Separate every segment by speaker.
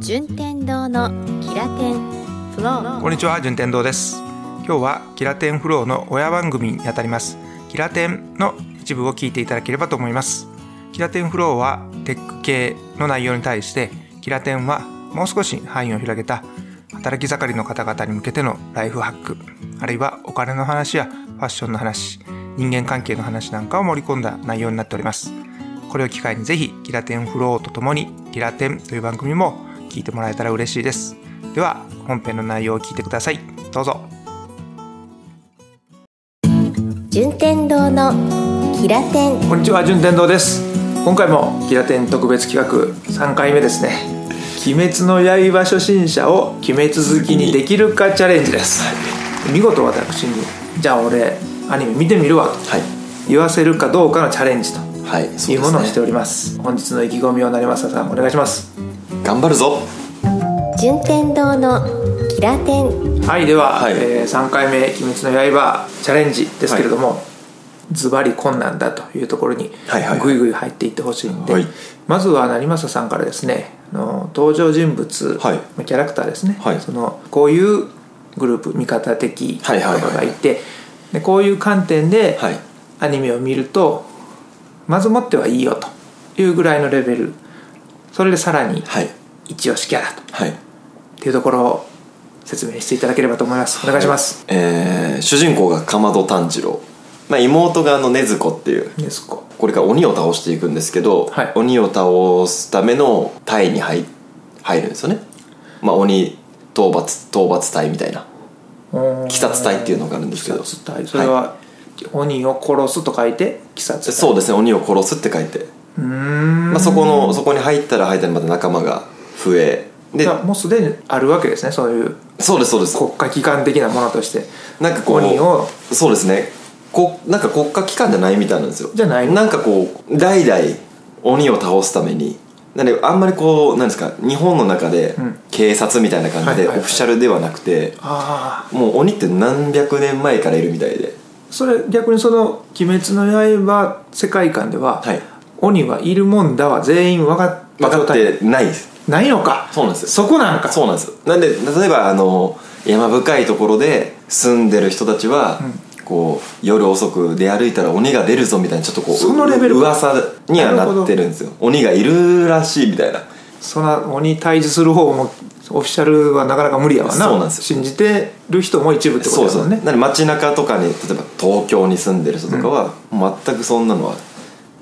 Speaker 1: 順天堂のキラテンフロー
Speaker 2: こんにちは順天堂です今日はキラテンフローの親番組にあたりますキラテンの一部を聞いていただければと思いますキラテンフローはテック系の内容に対してキラテンはもう少し範囲を広げた働き盛りの方々に向けてのライフハックあるいはお金の話やファッションの話人間関係の話なんかを盛り込んだ内容になっておりますこれを機会にぜひキラテンフローとともにキラテンという番組も聞いてもらえたら嬉しいですでは本編の内容を聞いてくださいどうぞ
Speaker 1: 順天堂のキラテン
Speaker 2: こんにちは順天堂です今回もキラテン特別企画3回目ですね鬼滅の刃初心者を鬼滅好きにできるかチャレンジです見事私にじゃあ俺アニメ見てみるわと
Speaker 3: はい
Speaker 2: 言わせるかどうかのチャレンジと
Speaker 3: はいそうです
Speaker 2: い
Speaker 3: ね
Speaker 2: うものをしております本日の意気込みを成政さんお願いします
Speaker 3: 頑張るぞ
Speaker 1: 順天堂のキラテン
Speaker 2: はいでは、
Speaker 3: はい
Speaker 2: えー3回目「鬼滅の刃」チャレンジですけれども、ズバリ困難だというところに
Speaker 3: はいはいはい
Speaker 2: ぐいぐい入っていってほしいんで、
Speaker 3: はい
Speaker 2: まずは成政さんからですねあの登場人物、
Speaker 3: はい
Speaker 2: まあキャラクターですね、
Speaker 3: はい
Speaker 2: そのこういうグループ味方的とか
Speaker 3: はいはいはいはい
Speaker 2: がいて、でこういう観点で
Speaker 3: はい
Speaker 2: アニメを見るとまず持ってはいいよというぐらいのレベルそれでさらに
Speaker 3: はい
Speaker 2: 一押しキャラと
Speaker 3: はい
Speaker 2: っていうところを説明していただければと思いますお願いします、
Speaker 3: えー主人公がかまど炭治郎、まあ、妹があの禰豆子っていう
Speaker 2: ネズコ
Speaker 3: これから鬼を倒していくんですけど、
Speaker 2: はい
Speaker 3: 鬼を倒すための隊に入入るんですよね、まあ、鬼討伐討伐隊みたいな鬼殺隊っていうのがあるんですけど
Speaker 2: 鬼殺隊それは、鬼を殺すと書いて鬼殺隊
Speaker 3: そうですね鬼を殺すって書いて、
Speaker 2: うーん
Speaker 3: まあ、そこのそこに入ったら入ったらまた仲間が増えで
Speaker 2: じゃあもうすでにあるわけですねそういう
Speaker 3: そうですそうです
Speaker 2: 国家機関的なものとして
Speaker 3: なんかこう
Speaker 2: 鬼を
Speaker 3: そうですねこなんか国家機関じゃないみたいなんですよ
Speaker 2: じゃない
Speaker 3: なんかこう代々鬼を倒すためになんであんまりこうなんですか日本の中で
Speaker 2: うん
Speaker 3: 警察みたいな感じ
Speaker 2: はい
Speaker 3: で
Speaker 2: は
Speaker 3: オ
Speaker 2: いはい
Speaker 3: フィシャルではなくて
Speaker 2: ああ
Speaker 3: もう鬼って何百年前からいるみたいで
Speaker 2: それ逆にその「鬼滅の刃」世界観では、
Speaker 3: はい
Speaker 2: 鬼はいるもんだは全員分かっ
Speaker 3: 分かってないです
Speaker 2: ないのか
Speaker 3: そうなんですよ
Speaker 2: そこなんか
Speaker 3: そうなんですなんで例えばあの山深いところで住んでる人たちは、こう夜遅く出歩いたら鬼が出るぞみたいなちょっとこう
Speaker 2: そのレベル
Speaker 3: 噂にはなってるんですよ鬼がいるらしいみたいな
Speaker 2: そんな鬼退治する方もオフィシャルはなかなか無理やわな
Speaker 3: そうなんですよ
Speaker 2: 信じてる人も一部ってこ
Speaker 3: そ
Speaker 2: と
Speaker 3: う
Speaker 2: です
Speaker 3: そ
Speaker 2: も
Speaker 3: うん
Speaker 2: ね
Speaker 3: ねなんで街中とかに例えば東京に住んでる人とかは、全くそんなのは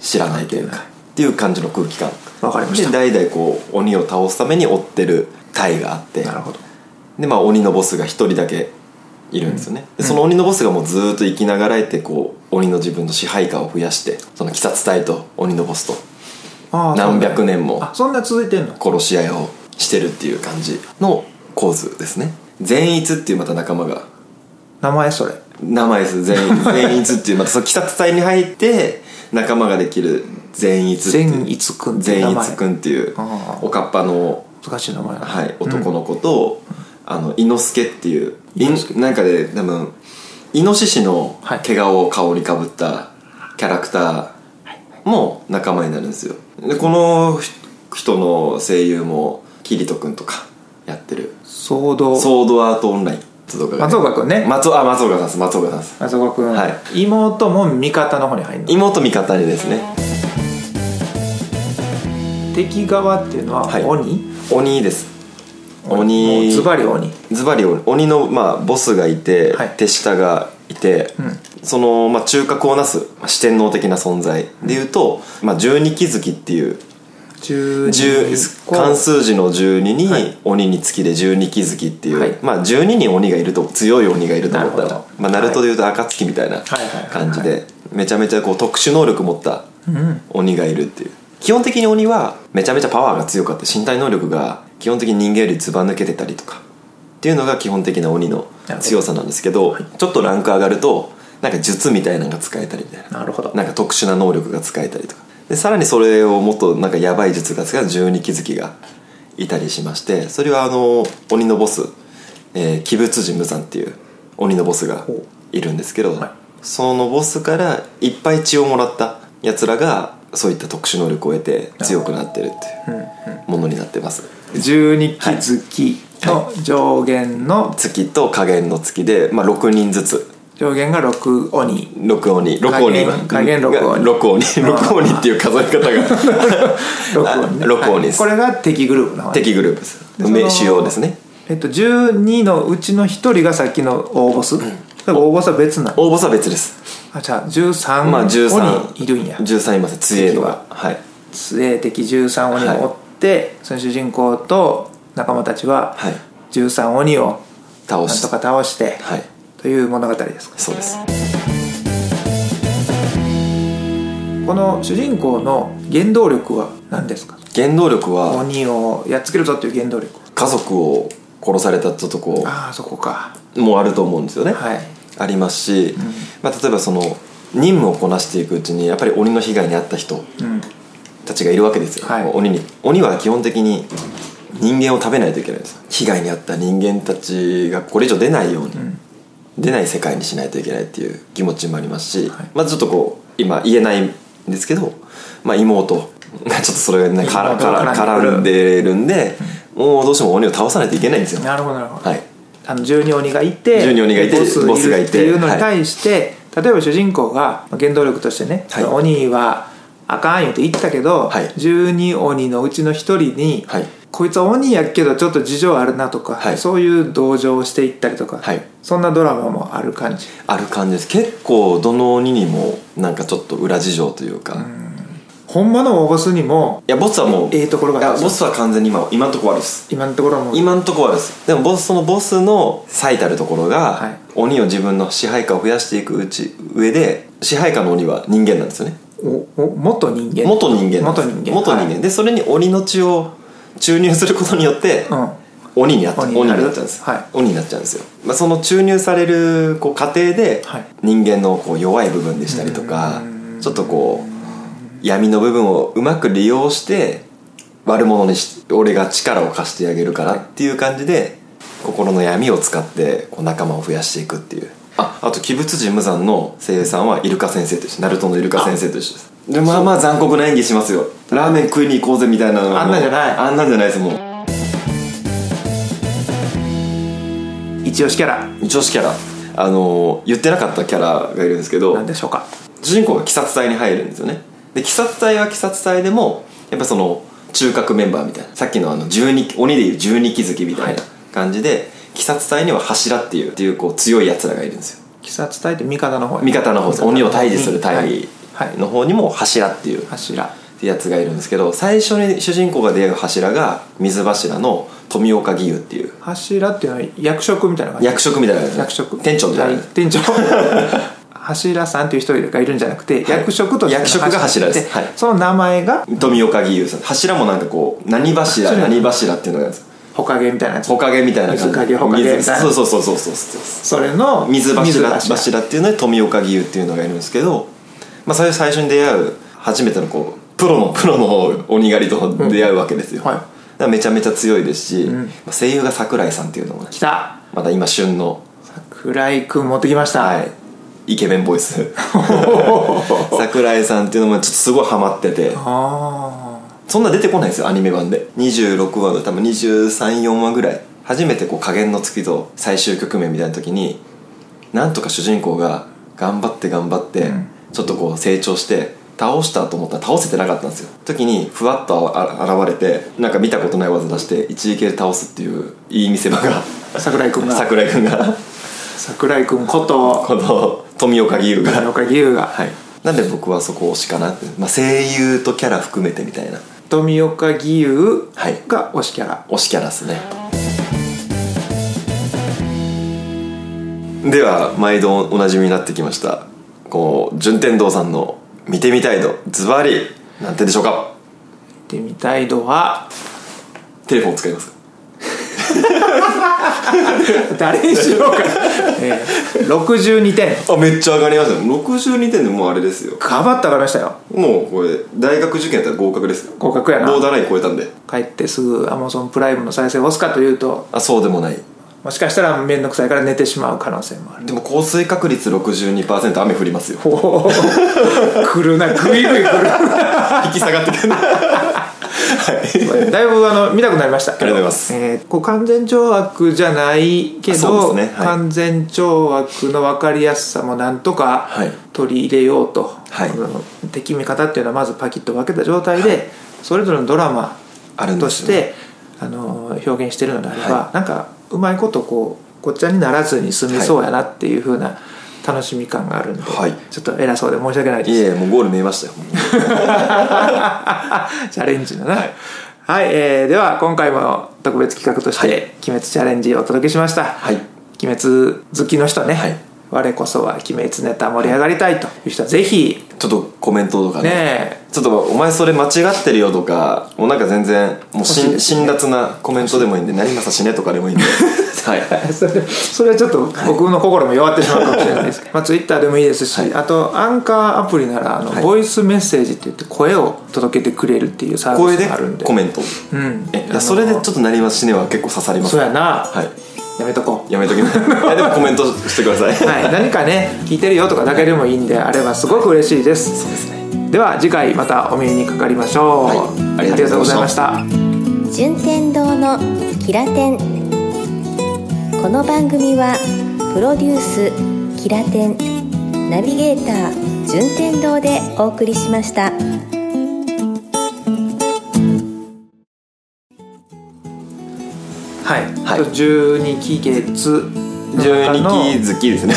Speaker 3: 知らないというかっていう感じの空気感
Speaker 2: わかりました
Speaker 3: で代々こう鬼を倒すために追ってる隊があって
Speaker 2: なるほど
Speaker 3: でまあ鬼のボスが一人だけいるんですよね、でその鬼のボスがもうずーっと生きながらえてこう鬼の自分の支配下を増やしてその鬼殺隊と鬼のボスと
Speaker 2: ああ
Speaker 3: 何百年も
Speaker 2: あそんな続いてんの
Speaker 3: 殺し合いをしてるっていう感じの構図ですね善逸っていうまた仲間が
Speaker 2: 名前それ
Speaker 3: 名前です 全員全逸っていうまたその鬼殺隊に入って仲間ができる善逸っていう
Speaker 2: 善逸くんっていう名
Speaker 3: 善
Speaker 2: 前
Speaker 3: 逸くんっていう
Speaker 2: あー
Speaker 3: おかっぱの
Speaker 2: 難しい名前だ
Speaker 3: はい、男の子と、あの伊之助っていうい
Speaker 2: 伊之助
Speaker 3: なんかで多分イノシシの
Speaker 2: はい
Speaker 3: 毛皮を顔にかぶったキャラクターも仲間になるんですよでこのひ人の声優もキリト君とかやってる
Speaker 2: 騒動
Speaker 3: ソードアートオンラインとかがね
Speaker 2: 松岡君ね
Speaker 3: 松あ松岡さんです松岡さんです
Speaker 2: 松岡君、
Speaker 3: は
Speaker 2: 妹も味方の方に入るの
Speaker 3: 妹味方にですね
Speaker 2: 敵側っていうのは
Speaker 3: はい
Speaker 2: 鬼、
Speaker 3: 鬼です
Speaker 2: もう
Speaker 3: 鬼
Speaker 2: ズバリ鬼
Speaker 3: ズバリ鬼鬼の、まあ、ボスがいて、
Speaker 2: はい
Speaker 3: 手下がいて、
Speaker 2: ん
Speaker 3: その、まあ、中核をなす、まあ、四天王的な存在でいうと、まあ、十二鬼月っていう十
Speaker 2: 12個
Speaker 3: 漢数字の12に、
Speaker 2: はい
Speaker 3: 鬼に月で十二鬼月っていう、
Speaker 2: はい
Speaker 3: まあ、12に鬼がいると強い鬼がいると思った
Speaker 2: なる
Speaker 3: ら
Speaker 2: ほ、ど
Speaker 3: まあ、ナルトでいうと暁みたいな
Speaker 2: はいはいはい
Speaker 3: 感じでめちゃめちゃこう特殊能力持った
Speaker 2: うん
Speaker 3: 鬼がいるっていう基本的に鬼はめちゃめちゃパワーが強かった身体能力が基本的に人間よりずば抜けてたりとかっていうのが基本的な鬼の強さなんですけどちょっとランク上がるとなんか術みたいなのが使えたりみたいな
Speaker 2: なるほど
Speaker 3: なんか特殊な能力が使えたりとかでさらにそれをもっとなんかやばい術が使える十二鬼月がいたりしましてそれはあの鬼のボス、えー鬼物寺無惨っていう鬼のボスが
Speaker 2: ほ
Speaker 3: いるんですけど、
Speaker 2: はい
Speaker 3: そのボスからいっぱい血をもらったやつらがそういった特殊能力を得て強くなってるっていうものになってます、
Speaker 2: 12期月の上限の
Speaker 3: 月と加減の月で、まあ、6人ずつ
Speaker 2: 上限が6鬼
Speaker 3: 録音に録音に
Speaker 2: 加減加減録音に
Speaker 3: 録音に録音にっていう数え方 が
Speaker 2: 6鬼ね
Speaker 3: あ六鬼です
Speaker 2: はいこれが敵グループの方ね
Speaker 3: 敵グループです
Speaker 2: でその
Speaker 3: 名主要ですね
Speaker 2: えっと12のうちの1人がさっきの大ボスだから大ボスは別なの
Speaker 3: 応募差は別です
Speaker 2: あじゃあ13
Speaker 3: まあ
Speaker 2: 鬼
Speaker 3: 13
Speaker 2: いるんや
Speaker 3: 13います強いのがはい
Speaker 2: 末敵13鬼がおって、その主人公と仲間たちは
Speaker 3: はい
Speaker 2: 13鬼を
Speaker 3: 倒
Speaker 2: なん
Speaker 3: し
Speaker 2: と
Speaker 3: た
Speaker 2: か倒して
Speaker 3: はい
Speaker 2: という物語です
Speaker 3: そうです
Speaker 2: この主人公の原動力は何ですか
Speaker 3: 原動力は
Speaker 2: 鬼をやっつけるぞっていう原動力
Speaker 3: 家族を殺されたとこ
Speaker 2: ああそこか
Speaker 3: もあると思うんですよね
Speaker 2: はい
Speaker 3: ありますし、まあ、例えばその任務をこなしていくうちにやっぱり鬼の被害に遭った人
Speaker 2: うん
Speaker 3: たちがいるわけですよ、
Speaker 2: はい
Speaker 3: 鬼に鬼は基本的に人間を食べないといけないんです被害に遭った人間たちがこれ以上出ないように、出ない世界にしないといけないっていう気持ちもありますし、
Speaker 2: はい
Speaker 3: まずちょっとこう今言えないんですけど、まあ、妹がちょっとそれがねから
Speaker 2: 妹が
Speaker 3: か
Speaker 2: 絡
Speaker 3: ら絡
Speaker 2: ん
Speaker 3: ん
Speaker 2: で
Speaker 3: でるんで、もうどうしても鬼を倒さないといけないんですよ、
Speaker 2: なるほどなるほど
Speaker 3: はい
Speaker 2: あの十二鬼がいて
Speaker 3: 十二鬼がいて
Speaker 2: ボス
Speaker 3: ボスがいて
Speaker 2: っていうのに対して、例えば主人公が原動力としてね、
Speaker 3: はい
Speaker 2: 鬼はあかんよって言ったけど、
Speaker 3: はい
Speaker 2: 十二鬼のうちの一人に、
Speaker 3: はい
Speaker 2: こいつは鬼やけどちょっと事情あるなとか、
Speaker 3: はい
Speaker 2: そういう同情をしていったりとか、
Speaker 3: はい
Speaker 2: そんなドラマもある感じ
Speaker 3: ある感じです結構どの鬼にもなんかちょっと裏事情というか、い
Speaker 2: ほんまの大ボスにも
Speaker 3: やボスはもう
Speaker 2: ええところが
Speaker 3: いやボスは完全に今今のところ悪いです
Speaker 2: 今のところも
Speaker 3: 今のところはですでもボスそのボスの最たるところが、
Speaker 2: はい
Speaker 3: 鬼を自分の支配下を増やしていくうち上で支配下の鬼は人間なんですよね
Speaker 2: おお元人間
Speaker 3: 元人間なん
Speaker 2: 元
Speaker 3: です
Speaker 2: 人間
Speaker 3: 元人
Speaker 2: は
Speaker 3: 間、
Speaker 2: い
Speaker 3: でそれに鬼の血を注入することによって、
Speaker 2: うん
Speaker 3: 鬼になっちゃう
Speaker 2: 鬼に
Speaker 3: 鬼に
Speaker 2: なる
Speaker 3: なっちゃうんです、
Speaker 2: はい
Speaker 3: 鬼になっちゃうんですよ、まあ、その注入されるこう過程で、
Speaker 2: はい
Speaker 3: 人間のこう弱い部分でしたりとかちょっとこう闇の部分をうまく利用して悪者にし俺が力を貸してあげるからっていう感じで心の闇を使ってこう仲間を増やしていくっていうああと鬼仏寺無惨の声優さんはイルカ先生と一緒ナルトのイルカ先生と一緒ですでまあまあ残酷な演技しますよラーメン食いに行こうぜみたいなのがもう
Speaker 2: あんなんじゃない
Speaker 3: あんなんじゃないですもう
Speaker 2: 一押しキャラ
Speaker 3: 女子キャラあの言ってなかったキャラがいるんですけ
Speaker 2: な
Speaker 3: ど
Speaker 2: んでしょうか
Speaker 3: 主人公が鬼殺隊に入るんですよねで鬼殺隊は鬼殺隊でもやっぱその中核メンバーみたいなさっきのあの12鬼でいう十二鬼月みたいな感じで、鬼殺隊には柱っていうっていうこう強いやつらがいるんですよ
Speaker 2: 鬼殺隊って味方の方や
Speaker 3: 味方の方です鬼を退治する
Speaker 2: はい
Speaker 3: 隊
Speaker 2: はいはい
Speaker 3: の方にも柱っていう
Speaker 2: 柱
Speaker 3: やつがいるんですけど最初に主人公が出会う柱が水柱の富岡義勇っていう
Speaker 2: 柱っていうのは役職みたいな感じ
Speaker 3: 役職みたいな感じ
Speaker 2: 役職
Speaker 3: 店長みたいな
Speaker 2: はい店長 柱さんっていう人がいるんじゃなくて、
Speaker 3: はい
Speaker 2: 役職としての
Speaker 3: 役職が柱ですはい
Speaker 2: その名前が
Speaker 3: 富岡義勇さん柱もなんかこう何柱
Speaker 2: 柱
Speaker 3: 何柱っていうのがあるんです
Speaker 2: ほかげみたいなやつ
Speaker 3: ほかげみたいな感じ
Speaker 2: 水かげほかげみたいな
Speaker 3: 水そうそうそうそうそうそう
Speaker 2: それの
Speaker 3: 水柱
Speaker 2: 水柱
Speaker 3: 柱っていうので富岡義勇っていうのがいるんですけど、まあ、最初最初に出会う初めてのこうプロの プロの鬼狩りと出会うわけですよ、
Speaker 2: はい
Speaker 3: だからめちゃめちゃ強いですし、
Speaker 2: ん
Speaker 3: まあ声優が桜井さんっていうのもね
Speaker 2: 来た
Speaker 3: また今旬の
Speaker 2: 桜井君持ってきました、
Speaker 3: はいイケメンボ イス桜井さんっていうのもちょっとすごいハマってて
Speaker 2: あ
Speaker 3: そんな出てこないんですよアニメ版で26話の多分234話ぐらい初めてこう加減の月と最終局面みたいな時になんとか主人公が頑張って頑張って、ちょっとこう成長して倒したと思ったら倒せてなかったんですよ時にふわっとあ現れてなんか見たことない技出して一撃で倒すっていういい見せ場が
Speaker 2: あ桜井君が
Speaker 3: 桜井君が
Speaker 2: 桜井君こと
Speaker 3: この富岡義勇が
Speaker 2: 富岡義勇が、
Speaker 3: はいなんで僕はそこ推しかなって、まあ、声優とキャラ含めてみたいな
Speaker 2: 富岡義勇
Speaker 3: はい
Speaker 2: が推しキャラ
Speaker 3: 推しキャラですねでは毎度おなじみになってきましたこう順天堂さんの見てみたい度ズバリなんてでしょうか
Speaker 2: 行ってみたいのは
Speaker 3: テレフォン使いますか
Speaker 2: 誰にしようか、 えー、62点
Speaker 3: あめっちゃ上がりましたね62点でもうあれですよ
Speaker 2: かばったかましたよ
Speaker 3: もうこれ大学受験やったら合格ですよ
Speaker 2: 合格やな
Speaker 3: ボーダーライン超えたんで
Speaker 2: 帰ってすぐ Amazon プライムの再生を押すかというと
Speaker 3: あそうでもない
Speaker 2: もしかしたら面倒くさいから寝てしまう可能性も ある
Speaker 3: でも降水確率62%雨降り ますよ
Speaker 2: おお来るなグイグイ来るな
Speaker 3: 引き下がってくる
Speaker 2: はい、 だいぶあの見たくなりましたあ
Speaker 3: りがとうございます
Speaker 2: えーこう完全懲悪じゃないけ
Speaker 3: あそ
Speaker 2: ど、
Speaker 3: うですねはい
Speaker 2: 完全懲悪の分かりやすさもなんとか
Speaker 3: はい
Speaker 2: 取り入れようと、
Speaker 3: はい
Speaker 2: この敵味方っていうのはまずパキッと分けた状態で、それぞれのドラマ
Speaker 3: あるん
Speaker 2: と
Speaker 3: で
Speaker 2: し
Speaker 3: す
Speaker 2: て
Speaker 3: ね
Speaker 2: あの表現してるのであれば、
Speaker 3: は
Speaker 2: なんかうまいことこうごっちゃにならずに済みそうやなっていうふうな楽しみ感があるんで、
Speaker 3: はい
Speaker 2: ちょっと偉そうで申し訳ないです
Speaker 3: いえもうゴール見えましたよ
Speaker 2: チャレンジのな。はい、えーでは今回も特別企画として、
Speaker 3: はい
Speaker 2: 鬼滅チャレンジをお届けしました。
Speaker 3: はい
Speaker 2: 鬼滅好きの人ね、
Speaker 3: はい
Speaker 2: 我こそは鬼滅ネタ盛り上がりたいという人はぜひ
Speaker 3: ちょっとコメントとか
Speaker 2: ね
Speaker 3: ねちょっとお前それ間違ってるよとかもうなんか全然もうし
Speaker 2: 欲しい
Speaker 3: ん
Speaker 2: ですね
Speaker 3: 辛辣なコメントでもいいんで何まさ死ねとか でもいいんではい
Speaker 2: それそれはちょっと僕の心も弱ってしまうかもしれない ですけど、まあ、ツイッターでもいいですし、
Speaker 3: はい
Speaker 2: あとアンカーアプリならあの、
Speaker 3: はい
Speaker 2: ボイスメッセージって言って声を届けてくれるっていうサー
Speaker 3: 声
Speaker 2: ビス
Speaker 3: で
Speaker 2: があるんで
Speaker 3: コメント
Speaker 2: うん
Speaker 3: えい
Speaker 2: あの
Speaker 3: やそれでちょっと何まさ死ねは結構刺さります
Speaker 2: そうやな、
Speaker 3: はい
Speaker 2: やめとこう
Speaker 3: やめときます いやでもコメントしてください
Speaker 2: はい、何かね聞いてるよとかだけでもいいんであればすごく嬉しいです
Speaker 3: そうですね
Speaker 2: では次回またお耳にかかりましょう、
Speaker 3: はい
Speaker 2: あ
Speaker 3: あ
Speaker 2: り
Speaker 3: り
Speaker 2: がと
Speaker 3: がと
Speaker 2: う
Speaker 3: う
Speaker 2: ご
Speaker 3: ご
Speaker 2: ざい
Speaker 3: ざい
Speaker 2: ま
Speaker 3: ま
Speaker 2: し
Speaker 3: した
Speaker 1: 順天堂のキラテンこの番組はプロデュースキラテンナビゲーター順天堂でお送りしました。
Speaker 2: はい、
Speaker 3: はい
Speaker 2: 12期月
Speaker 3: 十二
Speaker 2: の
Speaker 3: 期好き ですね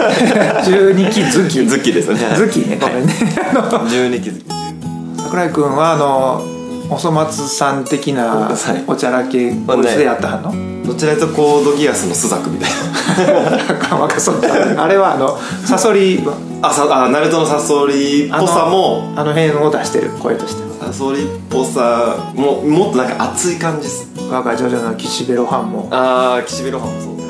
Speaker 2: 12期月
Speaker 3: 好きですね
Speaker 2: 月ねごめんね、あ
Speaker 3: 十二期好き
Speaker 2: の桜井君はあのおそ松さん的な
Speaker 3: はい
Speaker 2: おちゃらけボイスでやったはんの、
Speaker 3: どちらかというとコードギアスのスザクみたい
Speaker 2: 若そうだあれはあのサソリは
Speaker 3: なあさあナルトのサソリっ
Speaker 2: あ
Speaker 3: ぽ
Speaker 2: の
Speaker 3: さも
Speaker 2: あの辺を出してる声として
Speaker 3: サソリっぽさももっとなんか熱い感じです
Speaker 2: 我がジョジョの岸辺露伴も
Speaker 3: ああ岸辺露伴もそう